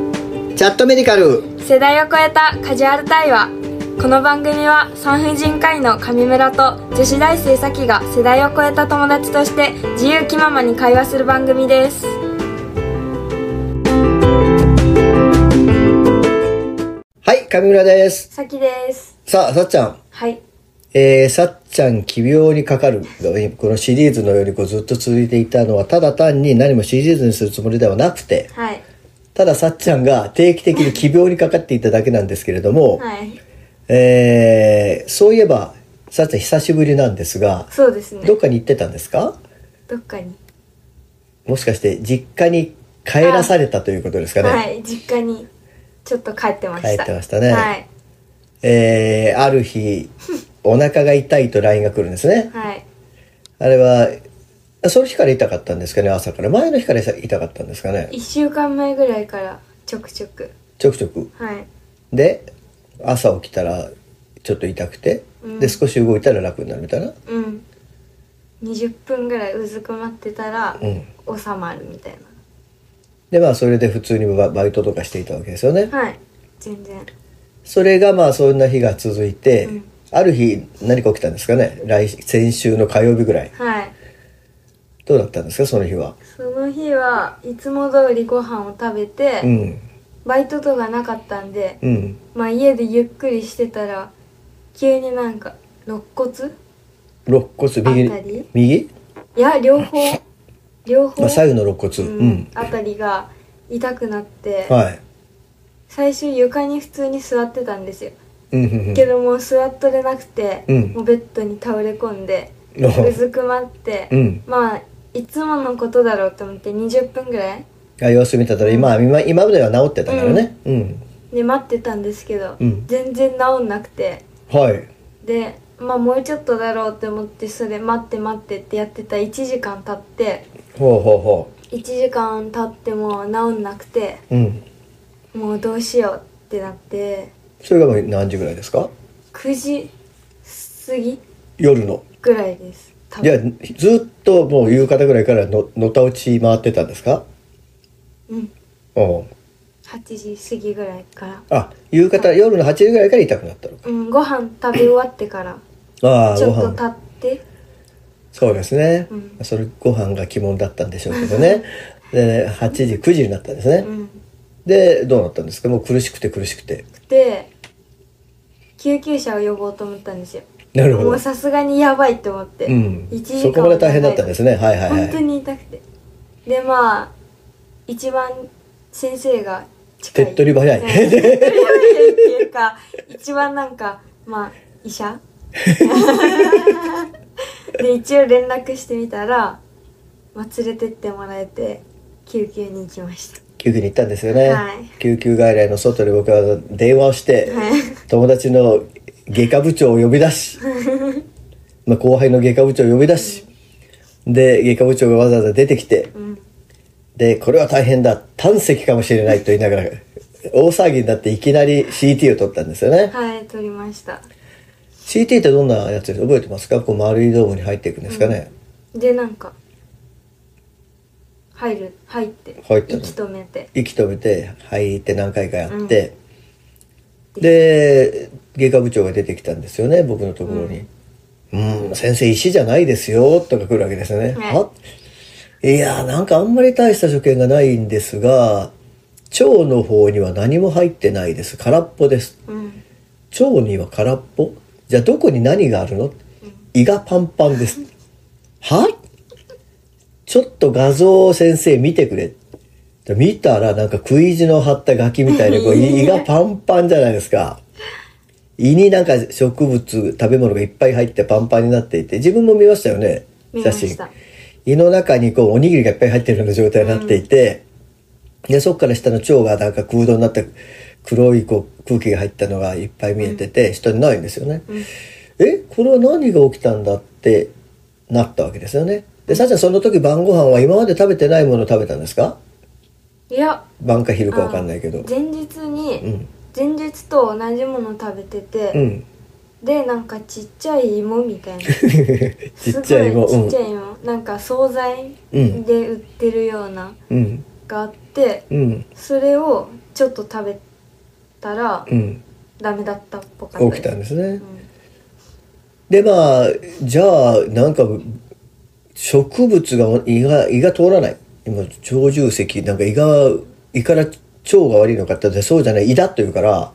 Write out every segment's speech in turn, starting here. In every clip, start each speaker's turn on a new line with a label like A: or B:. A: ャットメディカル
B: 世代を超えたカジュアル対話この番組は産婦人科医の上村と女子大生さきが世代を超えた友達として自由気ままに会話する番組です
A: はい上村です
B: さきです
A: さあさっちゃん
B: はい
A: えー、さっちゃん奇病にかかるこのシリーズのようにこうずっと続いていたのはただ単に何もシリーズにするつもりではなくて
B: はい
A: たださっちゃんが定期的に奇病にかかっていただけなんですけれども、
B: はい
A: えー、そういえばさっちゃん久しぶりなんですが
B: そうですね
A: どっかに行ってたんですか
B: どっかに
A: もしかして実家に帰らされたということですかね、
B: はい実家にちょっと帰ってました
A: 帰ってましたね
B: はい
A: えー、ある日お腹が痛いと LINE が来るんですね
B: はい
A: あれはその日から痛かったんですかね朝から前の日から痛かったんですかね
B: 1週間前ぐらいからちょくちょく
A: ちょくちょく
B: はい
A: で朝起きたらちょっと痛くて、
B: うん
A: で少し動いたら楽になるみたいな
B: うん20分ぐらいうずくまってたら、
A: うん
B: 収まるみたいな
A: でまあそれで普通にババイトとかしていたわけですよね
B: はい全然
A: それがまあそんな日が続いて、
B: うん
A: ある日何か起きたんですかね来先週の火曜日ぐらい
B: はい
A: どうだったんですかその日は
B: その日はいつも通りご飯を食べて、
A: うん
B: バイトとかなかったんで、
A: うん
B: まあ家でゆっくりしてたら急になんか肋骨
A: 肋骨右
B: あたり
A: 右、
B: いや 両方両方、
A: まあ、左右の肋骨
B: うん
A: うん、
B: あたりが痛くなって、
A: はい
B: 最初床に普通に座ってたんですよ
A: うんうんうん
B: けどもう座っとれなくて、
A: うん
B: もうベッドに倒れ込んで、
A: おう
B: うずくまって、
A: うん
B: まあいつものことだろうと思って20分ぐらい
A: あ様子見たら今は今今までは治ってたからねうん、
B: で待ってたんですけど、
A: うん
B: 全然治んなくて
A: はい
B: でまあもうちょっとだろうって思ってそれ待って待ってってやってた1時間経って
A: ほうほうほ
B: 1時間経っても治んなくて
A: ううん
B: もうどうしようってなって
A: それがもう何時ぐらいですか
B: 9時過ぎ
A: 夜の
B: ぐらいです多
A: じゃあずっともう夕方ぐらいからののた落ち回ってたんですか
B: うん
A: おう
B: 8時過ぎぐらいから
A: あ夕方夜の8時ぐらいから痛くなったのか
B: うんご飯食べ終わってから
A: ああ
B: ち
A: ご
B: ょっと
A: 飯
B: 経って
A: そうですね、
B: うん
A: それご飯が鬼門だったんでしょうけどねで8時9時になったんですね、
B: うん
A: でどうなったんですかもう苦しくて苦しくて
B: で救急車を呼ぼうと思ったんですよ
A: なるほど
B: もうさすがにやばいって思って、
A: うん
B: 一時
A: そ
B: 間
A: こまで大変だったんですねはいはい
B: 本当
A: はい
B: に痛くてでまあ一番先生が近
A: 手
B: い
A: っ取り早い、
B: うん手っ取り早いっていうか一番なんかまあ医者で一応連絡してみたら、まあ、連れてってもらえて救急に行きました
A: 救急に行ったんですよね、
B: はい
A: 救急外来の外で僕は電話をして、
B: はい
A: 友達の外科部長を呼び出 しまあ後輩の外科部長を呼び出し、で外科部長がわざわざ出てきて
B: うん
A: でこれは大変だ胆石かもしれないと言いながら 大騒ぎになっていきなり CT を取ったんですよね、
B: はい取りました
A: CT ってどんなやつです覚えてますかこう丸いドームに入っていくんですかね、
B: でなんか入る入って
A: 入ったの
B: 息止めて
A: 息止めて肺って何回かやって、で外科部長が出てきたんですよね僕のところに「うん、先生石じゃないですよ」とか来るわけですよね。
B: はい
A: は、いやーなんかあんまり大した所見がないんですが腸の方には何も入ってないです空っぽです
B: うん
A: 腸には空っぽじゃあどこに何があるの胃がパンパンですはちょっと画像を先生見てくれ見たらなんか食い地の張ったガキみ たいなこう胃胃がパンパンじゃないですか胃になんか植物食べ物がいっぱい入ってパンパンになっていて自分も見ましたよね
B: 見ま
A: 写
B: し
A: 真
B: た
A: 胃の中にこうおにぎりがいっぱい入ってるような状態になっていて、でそこから下の腸がなんか空洞になった黒いこう空気が入ったのがいっぱい見えてて、下にないんですよね、
B: うん
A: えこれは何が起きたんだってなったわけですよねでさっちゃんその時晩ご飯は今まで食べてないものを食べたんですか
B: いや
A: 晩か昼か分かんないけど
B: あ前日に、
A: うん
B: 前日と同じもの食べてて、
A: うん
B: でなんかちっちゃい芋みたいな
A: ちっちゃいも
B: すご
A: う
B: いちっちゃい芋、なんか惣菜
A: うん
B: で売ってるような
A: うん
B: があって
A: うん
B: それをちょっと食べたら
A: うん
B: ダメだったっぽかった
A: 起きたんですね、
B: うん
A: でまあじゃあなんか植物が胃が胃が通らない今鳥獣石なんか胃が胃から腸が悪いのかって言ったらそうじゃない胃だというから、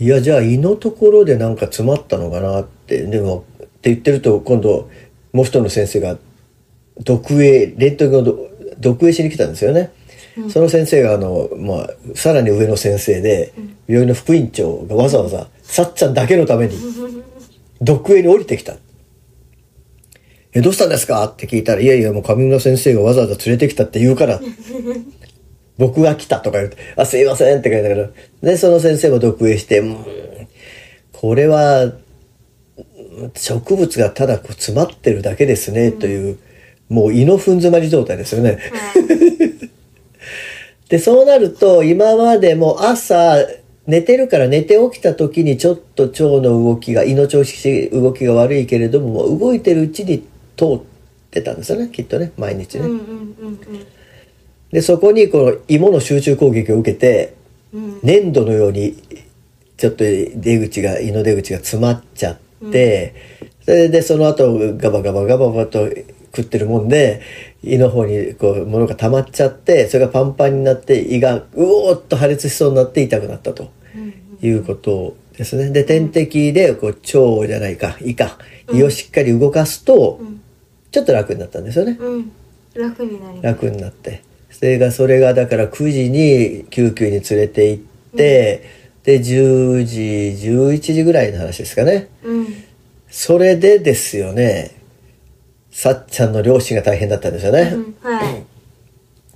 A: いやじゃあ胃のところでなんか詰まったのかなってでもって言ってると今度もう一人の先生が毒営レントゲンをど毒営しに来たんですよね、その先生があの、まあ、さらに上の先生で、病院の副院長がわざわざさっちゃんだけのために毒営に降りてきた。え、どうしたんですかって聞いたら、いやいや、もう上村先生がわざわざ連れてきたって言うから、 僕が来たとか言って、あ、すいませんって書いてあるで、その先生も毒営して、うーんこれは、うん植物がただこう詰まってるだけですね、という、もう胃のふん詰まり状態ですよね。
B: はい
A: で、そうなると、今までも朝、寝てるから寝て起きた時にちょっと腸の動きが、胃の調子、動きが悪いけれども、動いてるうちに通ってたんですよね、きっとね、毎日ね。
B: うんうんうん
A: で、そこにこの芋の集中攻撃を受けて、
B: うん
A: 粘土のように、ちょっと出口が、胃の出口が詰まっちゃって、それでその後、ガバガバガバガバと食ってるもんで、胃の方にこう、ものが溜まっちゃって、それがパンパンになって、胃がうおーっと破裂しそうになって痛くなったということですね。で、点滴で、こう、腸じゃないか、胃か、胃をしっかり動かすと、ちょっと楽になったんですよね。
B: うんうん楽になります
A: 楽になってそれがそれがだから9時に救急に連れて行って、で10時11時ぐらいの話ですかね
B: うん
A: それでですよねさっちゃんの両親が大変だったんですよね、
B: うんはい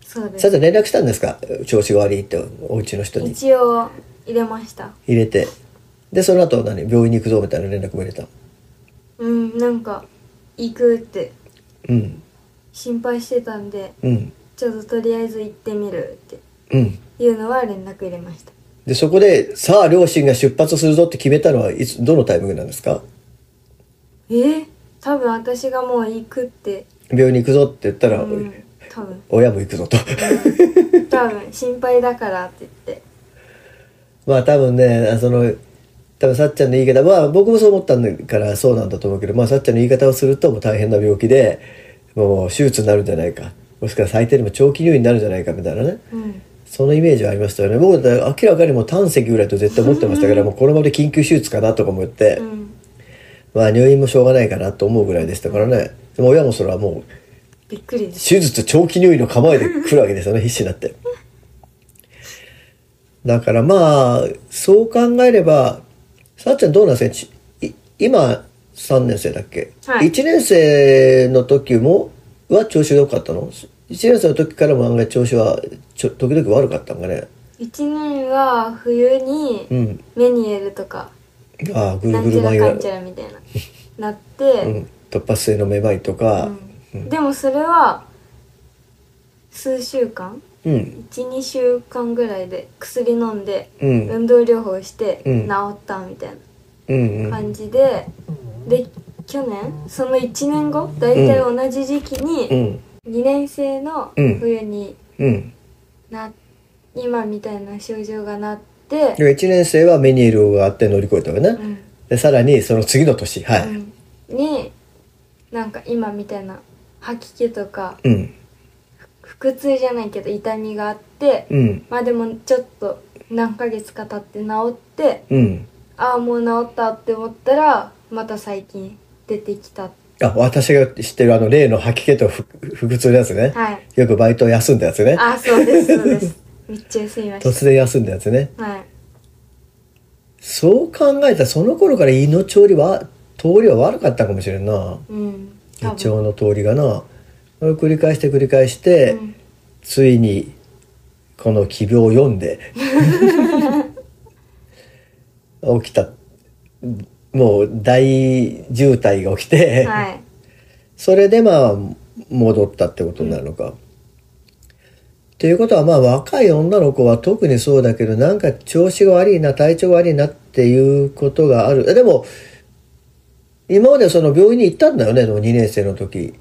B: そうで
A: さっ
B: す
A: ちゃん連絡したんですか調子が悪いってお家の人に
B: 一応入れました
A: 入れてでその後何病院に行くぞみたいな連絡も入れた
B: うんなんか行くって
A: うん
B: 心配してたんで
A: うん
B: ちょっととりあえず行ってみるって
A: うん
B: いうのは連絡入れました
A: でそこでさあ両親が出発するぞって決めたのはいつどのタイミングなんですか
B: えー多分私がもう行くって
A: 病院に行くぞって言ったら、
B: うん多分
A: 親も行くぞと
B: 多分心配だからって言って
A: まあ多分ねあその多分さっちゃんの言い方まあ僕もそう思ったんだからそうなんだと思うけど、まあ、さっちゃんの言い方をするともう大変な病気でもう手術になるんじゃないかもしくは最低でも長期入院になるんじゃないかみたいなね
B: うん
A: そのイメージはありましたよね僕だって明らかにもう胆石ぐらいと絶対思ってましたからもうこのままで緊急手術かなとか思って、
B: うん
A: まあ入院もしょうがないかなと思うぐらいでしたからねでも親もそれはもう
B: びっくりです
A: 手術長期入院の構えで来るわけですよね 必死になってだからまあそう考えればさっちゃんどうなんですかちい今3年生だっけ、
B: はい
A: 1年生の時もは調子が良かったの ?1 年生の時からも案外調子はちょ時々悪かったんかね
B: 1年は冬に
A: うん
B: メニエルとか
A: ああぐ
B: な
A: るぐ
B: ん
A: る
B: ちゃ
A: 舞
B: ら
A: いが、
B: か
A: うん
B: ちゃらみたいななって、
A: ん、突発性のめまいとか
B: うんでもそれは数週間
A: うん
B: 12週間ぐらいで薬飲んで
A: うんうん
B: 運動療法して
A: う
B: 治
A: ん
B: ったみたい
A: うん
B: な感じでで去年その1年後大体同じ時期
A: う
B: に
A: ん
B: 2年生の
A: うん
B: 冬に
A: うん
B: な今みたいな症状がなって、
A: 1年生はメニエルがあって乗り越えたわけね、
B: うん
A: でさらにその次の年はい、
B: うんになんか今みたいな吐き気とか
A: うん。
B: 腹痛じゃないけど痛みがあって、
A: うん。
B: まあでもちょっと何ヶ月か経って治って
A: うん。
B: ああもう治ったって思ったらまた最近出てきた
A: あ、私が知ってるあの例の吐き気と腹腹痛のやつね。
B: はい
A: よくバイトを休んだやつね。
B: ああそうですそうですめっちゃすいまし
A: 突然休んだやつね。
B: たはい
A: そう考えたらその頃から胃の調理は、通りは悪かったかもしれんな。
B: うん
A: 胃腸の通りがな。それを繰り返して繰り返して、
B: うん
A: ついに、この奇病を読ん で、起きた、もう大渋滞が起きて、
B: はい
A: それでまあ戻ったってことになるのか。っていうことはまあ若い女の子は特にそうだけどなんか調子が悪いな体調が悪いなっていうことがある。えでも今までその病院に行ったんだよねでも2年生の時。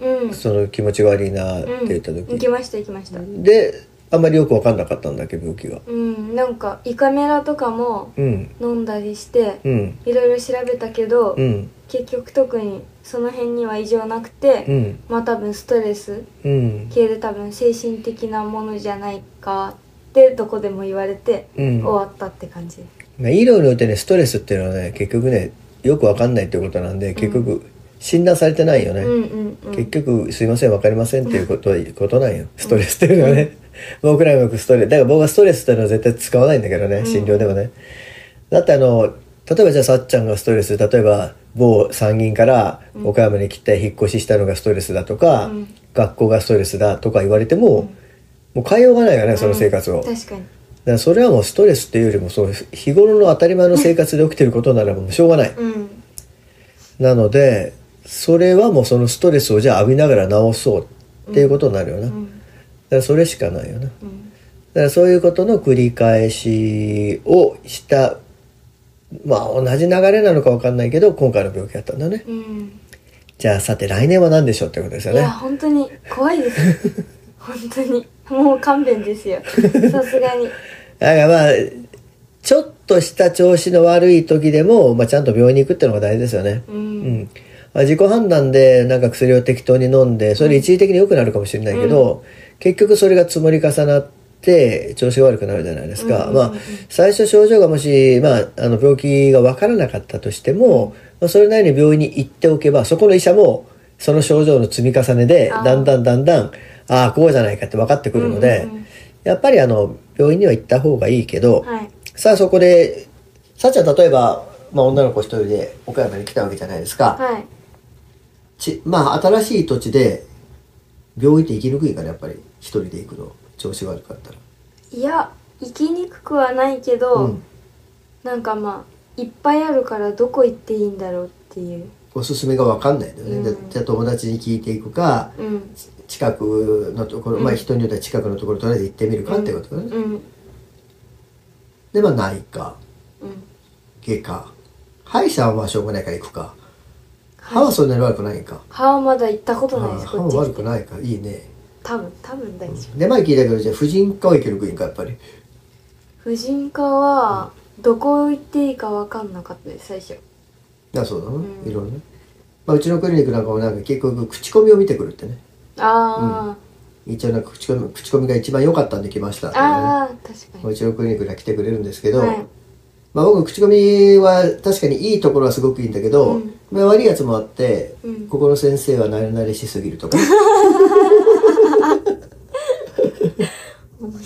B: うん
A: その気持ち悪いなって
B: うん
A: 言った時、
B: 行きました行きました
A: であんまりよく分かんなかったんだっけ病気が
B: うんなんか胃カメラとかも
A: うん
B: 飲んだりして
A: うん
B: いろいろ調べたけど、
A: うん
B: 結局特にその辺には異常なくて、
A: うん
B: まあ多分ストレス
A: うん
B: 系で多分精神的なものじゃないかってどこでも言われて、
A: うん
B: 終わったって感じ
A: まあ、医療においてねストレスっていうのはね結局ねよく分かんないってことなんで結局診断されてないよね、
B: うんうんうん
A: 結局「すいません分かりません」っていうことはことなんよストレスっていうのはね、僕らもよくストレスだから僕はストレスっていうのは絶対使わないんだけどね診療でもね、だってあの例えばじゃあさっちゃんがストレス例えば某参議院から岡山に来て引っ越ししたのがストレスだとか、
B: うん
A: 学校がストレスだとか言われても、もう変えようがないよねその生活を、
B: 確か
A: だ
B: に
A: からそれはもうストレスっていうよりもそう日頃の当たり前の生活で起きてることならばもうしょうがない、
B: うん
A: なのでそれはもうそのストレスをじゃあ浴びながら治そうっていうことになるよな、
B: う
A: だ
B: ん
A: からそれしかないよなだか
B: うん
A: らそういうことの繰り返しをしたまあ同じ流れなのか分かんないけど今回の病気だったんだね
B: うん
A: じゃあさて来年は何でしょうってことですよ
B: いや
A: ね
B: 本当に怖いです 本当にもう勘弁ですよさすがに
A: だからまあちょっとした調子の悪い時でも、まあ、ちゃんと病院に行くってのが大事ですよね
B: うん、
A: うん、あ自己判断でなんか薬を適当に飲んでそれで一時的に良くなるかもしれないけど、結局それが積もり重なって調子が悪くなるじゃないですか、
B: うん
A: まあ、最初症状がもし、まあ、あの病気が分からなかったとしても、まあ、それなりに病院に行っておけばそこの医者もその症状の積み重ねで
B: あー
A: だんだんだんだんああこうじゃないかって分かってくるので、
B: うんうんうん
A: やっぱりあの病院には行った方がいいけど、
B: はい
A: さあそこでさっちゃん例えば、まあ、女の子一人で岡山に来たわけじゃないですか、
B: はい
A: ちまあ新しい土地で病院って行きにくいからやっぱり一人で行くの調子悪かったら
B: いや行きにくくはないけど、
A: うん
B: なんかまあいっぱいあるからどこ行っていいんだろうっていう
A: おすすめが分かんないんだよね、
B: うん
A: でじゃあ友達に聞いていくか
B: うん
A: 近くのところ、まあ人によっては近くのところとりあえず行ってみるかってことだね、
B: うん
A: でまあ内科
B: うん
A: 外科歯医者はまあしょうがないから行くか歯はそんなに悪くないか、
B: 歯はまだ行ったことない
A: あ
B: で
A: あ
B: す
A: 歯
B: こ
A: は
B: っち
A: 悪
B: 来
A: く
B: て
A: ないかいいね
B: 多分多分大丈夫、
A: で前聞いたけどじゃあ婦人科は行けるくいいんかやっぱり
B: 婦人科はどこ行っていいか分かんなかったです最初
A: あそうだな、
B: うん
A: いろいろね、まあ、うちのクリニックなんかもなんか結局口コミを見てくるってね
B: あ
A: 一応なんか口コミ口コミが一番良かったんで来ました
B: あ、
A: ってね
B: ああ確か
A: うちのクリニックには来てくれるんですけ
B: に
A: ど、
B: はい
A: まあ、僕口コミは確かにいいところはすごくいいんだけど、
B: うん
A: まあ、悪いやつもあって、
B: うん
A: ここの先生は慣れ慣れしすぎるとか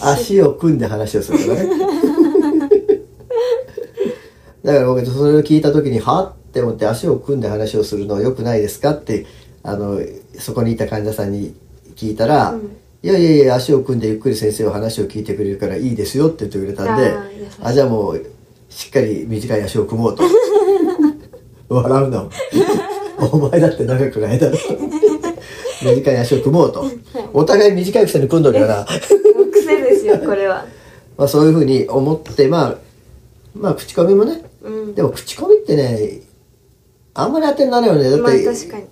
A: 足を組んで話をするとかね だから僕それを聞いた時にはって思って足を組んで話をするのは良くないですかってあのそこにいた患者さんに聞いたら、
B: うん
A: いやいやいや足を組んでゆっくり先生は話を聞いてくれるからいいですよって言ってくれたんで
B: あー優しい
A: あじゃあもうしっかり短い足を組もう と笑うなお前だって長くない だろ短い足を組もうとお互い短いくせに組んどるから
B: もう癖で すよこれは
A: まあそういうふうに思ってまあまあ口コミもね
B: うん
A: でも口コミってねあんまり当てにならないよねだ
B: まあ
A: って、
B: 確かに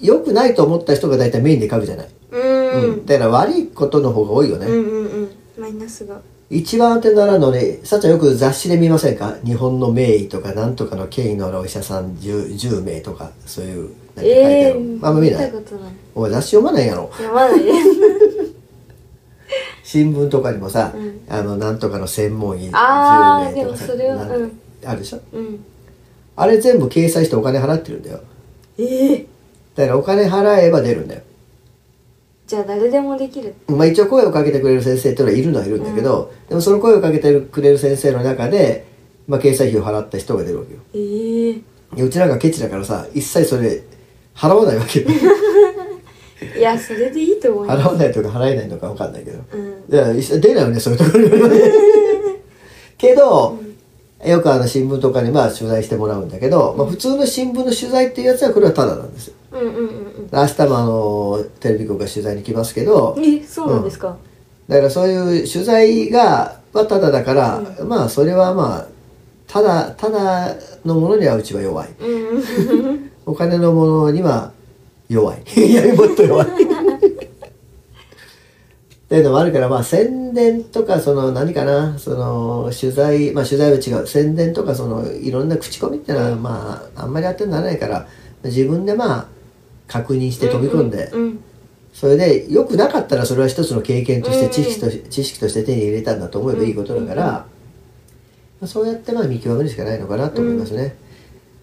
A: 良くないと思った人が大体メインで書くじゃない、
B: うん、
A: うんだから悪いことの方が多いよね、
B: うんうんうんマイナスが
A: 一番当てにならんのねさっちゃんよく雑誌で見ませんか日本の名医とかなんとかの権威のあるお医者さん 10, 10名とかそういうなんか書いてあ
B: ええ
A: る、あんま見
B: 見
A: な
B: た
A: い
B: ことない
A: お前雑誌読まないやろ
B: 読まないです
A: 新聞とかにもさ、
B: うん
A: あのなんとかの専門医
B: あー
A: 10名とかさ
B: でもそれは
A: なん
B: うん
A: あるでしょ
B: うん
A: あれ全部掲載してお金払ってるんだよ
B: ええ
A: だからお金払えば出るんだよ
B: じゃあ誰でもできる
A: まあ、一応声をかけてくれる先生っていうのはいるのはいるんだけど、でもその声をかけてくれる先生の中で、まあ、掲載費を払った人が出るわけよ
B: ええ
A: でうちなんかケチだからさ一切それ払わないわけ よ
B: いやそれでいいと思います
A: 払わないとか払えないのか分かんないけど
B: うん
A: だから一切出ないよねそういうところには ねけど、よくあの新聞とかにまあ取材してもらうんだけど、まあ、普通の新聞の取材っていうやつはこれはタダなんですよ
B: うんうんうん
A: 明日もあのテレビ局が取材に来ますけど
B: うんえそうなんですか、
A: だからそういう取材が、まあ、ただだから、まあそれはまあただただのものにはうちは弱い
B: うん、うん
A: お金のものには弱い。 いや、もっと弱い。っていうのもあるから、まあ宣伝とか、その何かな、その取材、まあ取材は違う。宣伝とか、そのいろんな口コミってのは、まああんまりやってならないから、自分でまあ確認して飛び込んで、
B: うん
A: それで良くなかったらそれは一つの経験として知識とし知識として手に入れたんだと思えばいいことだから、まあ、そうやってまあ見極めるしかないのかなと思いますね。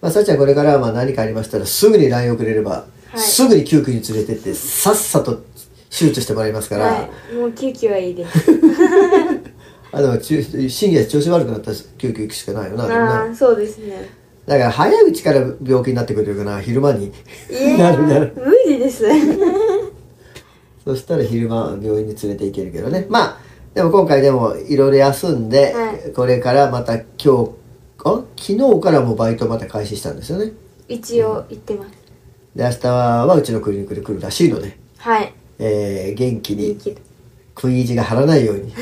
A: まあ、さっちゃんこれからはまあ何かありましたらすぐに LINE をくれれば、
B: はい
A: すぐに救急に連れてってさっさと手術してもらいますから、
B: はいもう救急はいいです
A: あでもちゅ深夜調子悪くなったら救急行くしか ないよな。でも
B: あ
A: な
B: あそうですね
A: だから早いうちから病気になってくれるかな昼間に
B: い や
A: なるなる
B: ー無理です
A: そしたら昼間は病院に連れて行けるけどね。まあ、でも今回でもいろいろ休んで、
B: はい
A: これからまた今日、あ昨日からもうバイトまた開始したんですよね。
B: 一応行ってます
A: で、明日はうちのクリニックで来るらしいので、
B: はい
A: えー、元気
B: いい
A: に
B: けど
A: 食い意地が張らないように、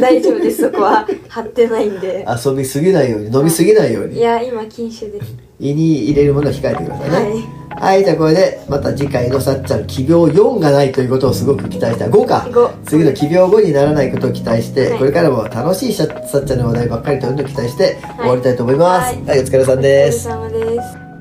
B: 大丈夫ですそこは張ってないんで
A: 遊びすぎないように、飲みすぎないよう
B: い
A: に、
B: や今禁酒です
A: 胃に入れるものは控えてくださいね。はい、じゃあこれでまた次回のさっちゃん奇病4がないということをすごく期待した5か
B: 五
A: 次の奇病5にならないことを期待して、
B: はい
A: これからも楽しいささっちゃんの話題ばっかりというのを期待して
B: い
A: 終わりたいと思います、
B: はい
A: はい、お疲れさん
B: お疲
A: で
B: れ
A: す
B: 様です